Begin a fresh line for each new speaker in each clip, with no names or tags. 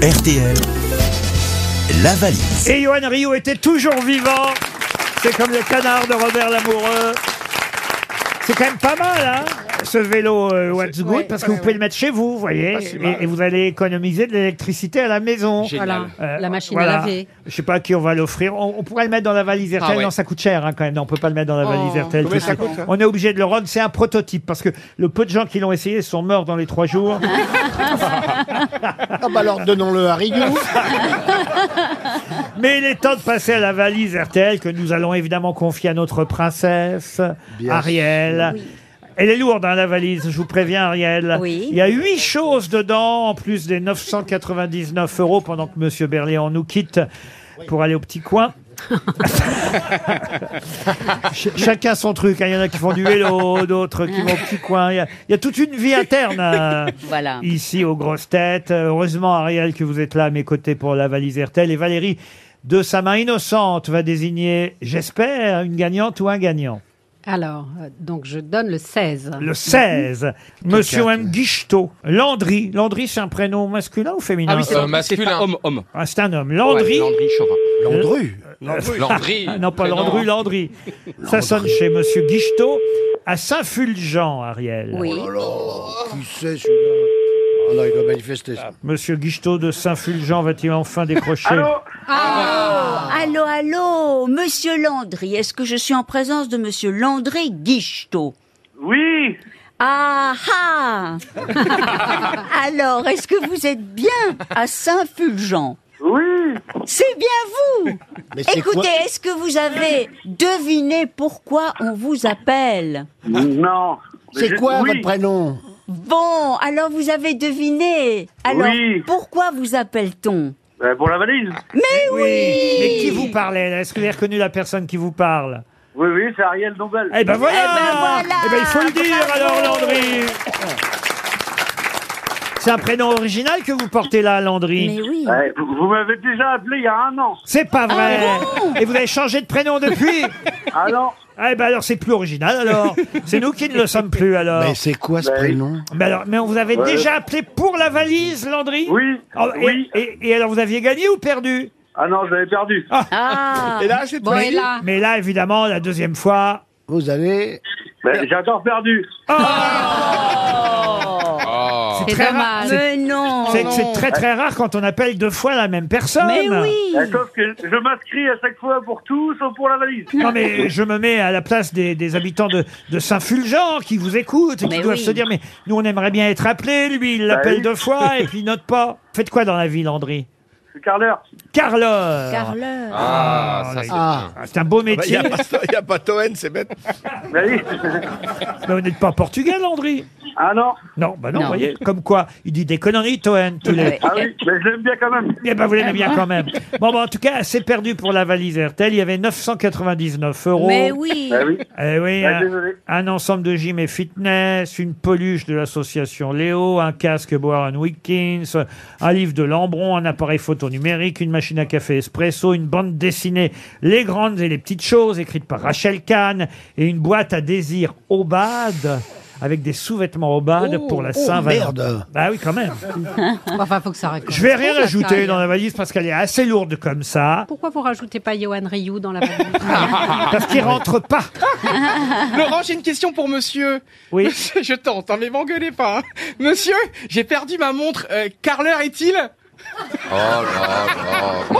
RTL, la valise.
Et Johan Rio était toujours vivant. C'est comme le canard de Robert Lamoureux. C'est quand même pas mal, hein, ce vélo euh, What's Good, parce que vous pouvez le mettre chez vous, vous voyez, et, et vous allez économiser de l'électricité à la maison.
Oh,
Voilà,
Euh,
la machine
voilà.
à laver.
Je sais pas à qui on va l'offrir. On, on pourrait le mettre dans la valise RTL.
Ah ouais.
Non, ça coûte cher hein, quand même. Non, on peut pas le mettre dans la valise
Oh.
RTL.
Combien
tout
ça
de suite.
coûte, ça
on est obligé de le rendre. C'est un prototype parce que le peu de gens qui l'ont essayé sont morts dans les trois jours.
Ah bah alors donnons-le à Rigou.
Mais il est temps de passer à la valise RTL que nous allons évidemment confier à notre princesse, Ariel. Elle est lourde, hein, la valise, je vous préviens, Ariel.
Oui.
Il y a huit choses dedans, en plus des 999 euros pendant que Monsieur Berléand nous quitte pour aller au petit coin. Ch- Chacun son truc. hein. Il y en a qui font du vélo, d'autres qui vont au petit coin. Il y a, il y a toute une vie interne. hein
Voilà.
ici aux grosses têtes. Euh, Heureusement, Ariel, que vous êtes là à mes côtés pour la valise RTL. Et Valérie, de sa main innocente, va désigner, j'espère, une gagnante ou un gagnant.
Alors, euh, donc je donne le 16.
Le 16, Monsieur M. Guichetot. Landry. Landry, c'est un prénom masculin ou féminin
Ah oui, c'est
ça
euh, masculin. Homme, homme.
Ah, c'est un homme. Landry.
Landru.
Landry.
Ah non, pas
prénom.
Landru, Landry. Ça sonne chez Monsieur Guichetot à Saint-Fulgent, Ariel.
Oui.
Oh là là, qui c'est celui-là Ah là, il doit manifester. ça.
Monsieur Guichetot de Saint-Fulgent va-t-il enfin décrocher
Allô, allô, monsieur Landry, est-ce que je suis en présence de monsieur Landry Guichetot
Oui,
Ah ah Alors, est-ce que vous êtes bien à Saint-Fulgent
oui,
C'est bien vous
Mais c'est quoi
Écoutez, est-ce que vous avez deviné pourquoi on vous appelle
non.
C'est
Je-
quoi
oui.
votre prénom
Bon, alors vous avez deviné Alors,
Oui.
pourquoi vous appelle-t-on
Euh, Pour la valise
Mais oui,
Eh Mais qui vous parlait là Est-ce que vous avez reconnu la personne qui vous parle
Oui, oui, c'est Ariel Dombal.
Eh ben voilà
Eh ben voilà
Eh ben il faut le dire alors
Bravo
Landry C'est un prénom original que vous portez là Landry
Mais Ah oui
Eh, vous vous m'avez déjà appelé il y a un an.
C'est pas vrai Et vous avez changé de prénom depuis
Alors,
Eh ben alors c'est plus original alors C'est nous qui ne le sommes plus alors
Mais c'est quoi ce
Bah,
prénom
mais, alors, mais on vous avait
Ouais.
déjà appelé pour la valise Landry
oui,
Oh, et,
oui.
et- et alors vous aviez gagné ou perdu
Ah non, j'avais perdu.
Ah
Et là, j'ai
Bon, et là
Mais là évidemment la deuxième fois...
Vous avez
Mais J'ai encore Ben, perdu.
C'est
très
dommage.
Mais Oh non
c'est que c'est très très rare quand on appelle deux fois la même personne
Mais oui
Eh, Sauf que je m'inscris à chaque fois pour tout, sauf pour la valise.
Non mais je me mets à la place des, des habitants de, de Saint-Fulgent qui vous écoutent, et qui
Mais
doivent
oui.
se dire mais nous on aimerait bien être appelés, lui il l'appelle
oui.
deux fois et puis il note pas. Faites quoi dans la ville Landry
Je suis quart d'heure.
Carleur.
Carleur
Ah, ça, c'est-
Ah,
Ah, C'est un beau
Il n'y
métier.
a, pas- y a pas Toen, c'est bête.
Mais oui.
Mais vous n'êtes pas portugais Landry
Ah non,
Non, bah non,
Non.
vous voyez, comme quoi, il dit des conneries Toen, tous les...
ah oui, mais je l'aime bien quand même.
Eh ben vous l'aimez bien quand même. Bon, bah, en tout cas, assez perdu pour la valise RTL. Il y avait 999 euros.
Mais oui
Eh oui,
Eh oui,
Ah,
un-
désolé.
un ensemble de gym et fitness, une peluche de l'association Léo, un casque Boiron Wilkins, un livre de Lambron, un appareil photo numérique, une machine à café espresso, une bande dessinée Les grandes et les petites choses écrite par Rachel Kahn et une boîte à désir Obad avec des sous-vêtements Obad pour la Saint-Valentin.
merde.
Bah oui, quand même.
Enfin, faut que ça raconte.
Je vais rien ajouter dans la valise parce qu'elle est assez lourde comme ça.
Pourquoi vous rajoutez pas Johan Ryu dans la valise
Parce qu'il rentre pas.
Laurent, j'ai une question pour monsieur.
Oui.
Monsieur, je tente, hein, mais m'engueulez pas. hein. Monsieur, j'ai perdu ma montre. Euh, quart l'heure est-il
Oh là là.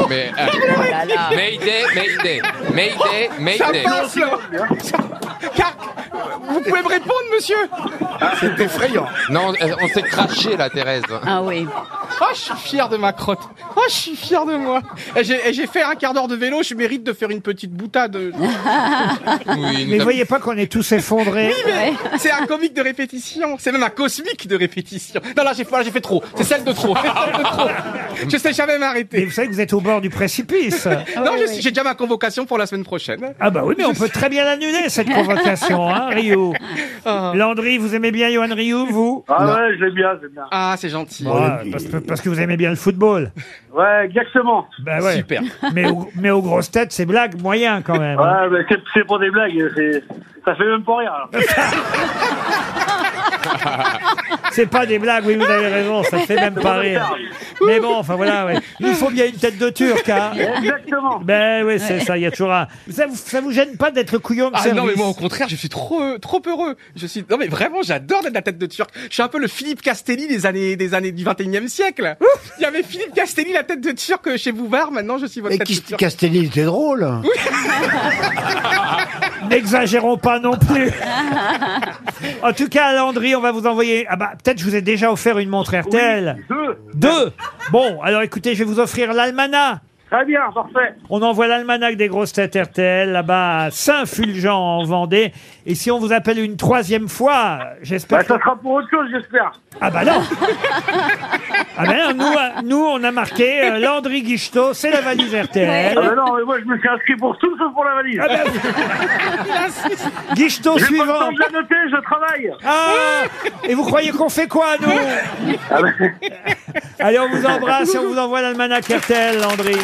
Mais, euh,
Oh,
Oh
Mayday, Mayday, Mayday,
Ça
Mayday.
passe là. Car- Vous pouvez me répondre, monsieur
C'est effrayant.
Non, euh, on s'est craché là, Thérèse.
Ah oui
Oh, je suis fier de ma crotte. Oh, je suis fier de moi. Eh, J'ai eh, j'ai fait un quart d'heure de vélo, je mérite de faire une petite boutade. euh,
Oui, nous
Mais
avons-
voyez pas qu'on est tous effondrés.
C'est un comique de répétition. C'est même un cosmique de répétition. Non, là, j'ai voilà, j'ai fait trop. C'est celle de trop. C'est celle de trop. Je sais jamais
Mais
m'arrêter.
vous savez que vous êtes au bord du précipice.
Non, je sais- j'ai déjà ma convocation pour la semaine prochaine.
Ah bah oui, mais on peut très bien l'annuler, cette convocation, hein, Rio. Landry, vous aimez bien Johan Rio, vous
Ah ouais, je l'aime bien, j'aime bien.
Ah, c'est gentil.
Ah, parce, que- parce que vous aimez bien le football.
Ouais, exactement.
Bah ouais.
Super.
Mais, au- mais aux grosses têtes, c'est blague moyen quand même. hein.
Ouais, mais c'est- c'est pour des blagues. c'est- Ça fait même pas rire. alors.
C'est pas des blagues, oui, vous avez raison, ça fait même pas rire. Mais bon, enfin voilà, ouais. il faut bien une tête de turc, hein.
Exactement.
Ben oui, c'est ça, il y a toujours un. Ça, vous- ça vous gêne pas d'être couillon de
Ah
service
non, mais moi, au contraire, je suis trop, trop heureux. Je suis, non, mais vraiment, j'adore d'être la tête de Turc. Je suis un peu le Philippe Castelli des années, des années du 21e siècle. Il y avait Philippe Castelli, la tête de Turc euh, chez Bouvard. Maintenant, je suis votre
Et
tête de
qui-
Turc.
Castelli, il était drôle.
N'exagérons pas non plus. en tout cas, Landry, on va vous envoyer. Ah bah, peut-être je vous ai déjà offert une montre RTL.
Deux.
Deux. Bon, alors écoutez, je vais vous offrir l'almanach.
Très bien, parfait.
On envoie l'almanach des grosses têtes RTL là-bas à Saint-Fulgent en Vendée. Et si on vous appelle une troisième fois, j'espère.
Bah, ça
que-
sera pour autre chose, j'espère.
Ah bah non Ah bah non, nous, euh, nous, on a marqué euh, Landry Guichetot, c'est la valise
Ah
RTL.
bah non, mais moi, je me suis inscrit pour tout sauf pour la valise.
Ah bah, Guichetot
J'ai pas le temps
suivant
de la noter, je travaille.
Ah Et vous croyez qu'on fait quoi, nous Allez, on vous embrasse et on vous envoie l'almanach RTL, Landry.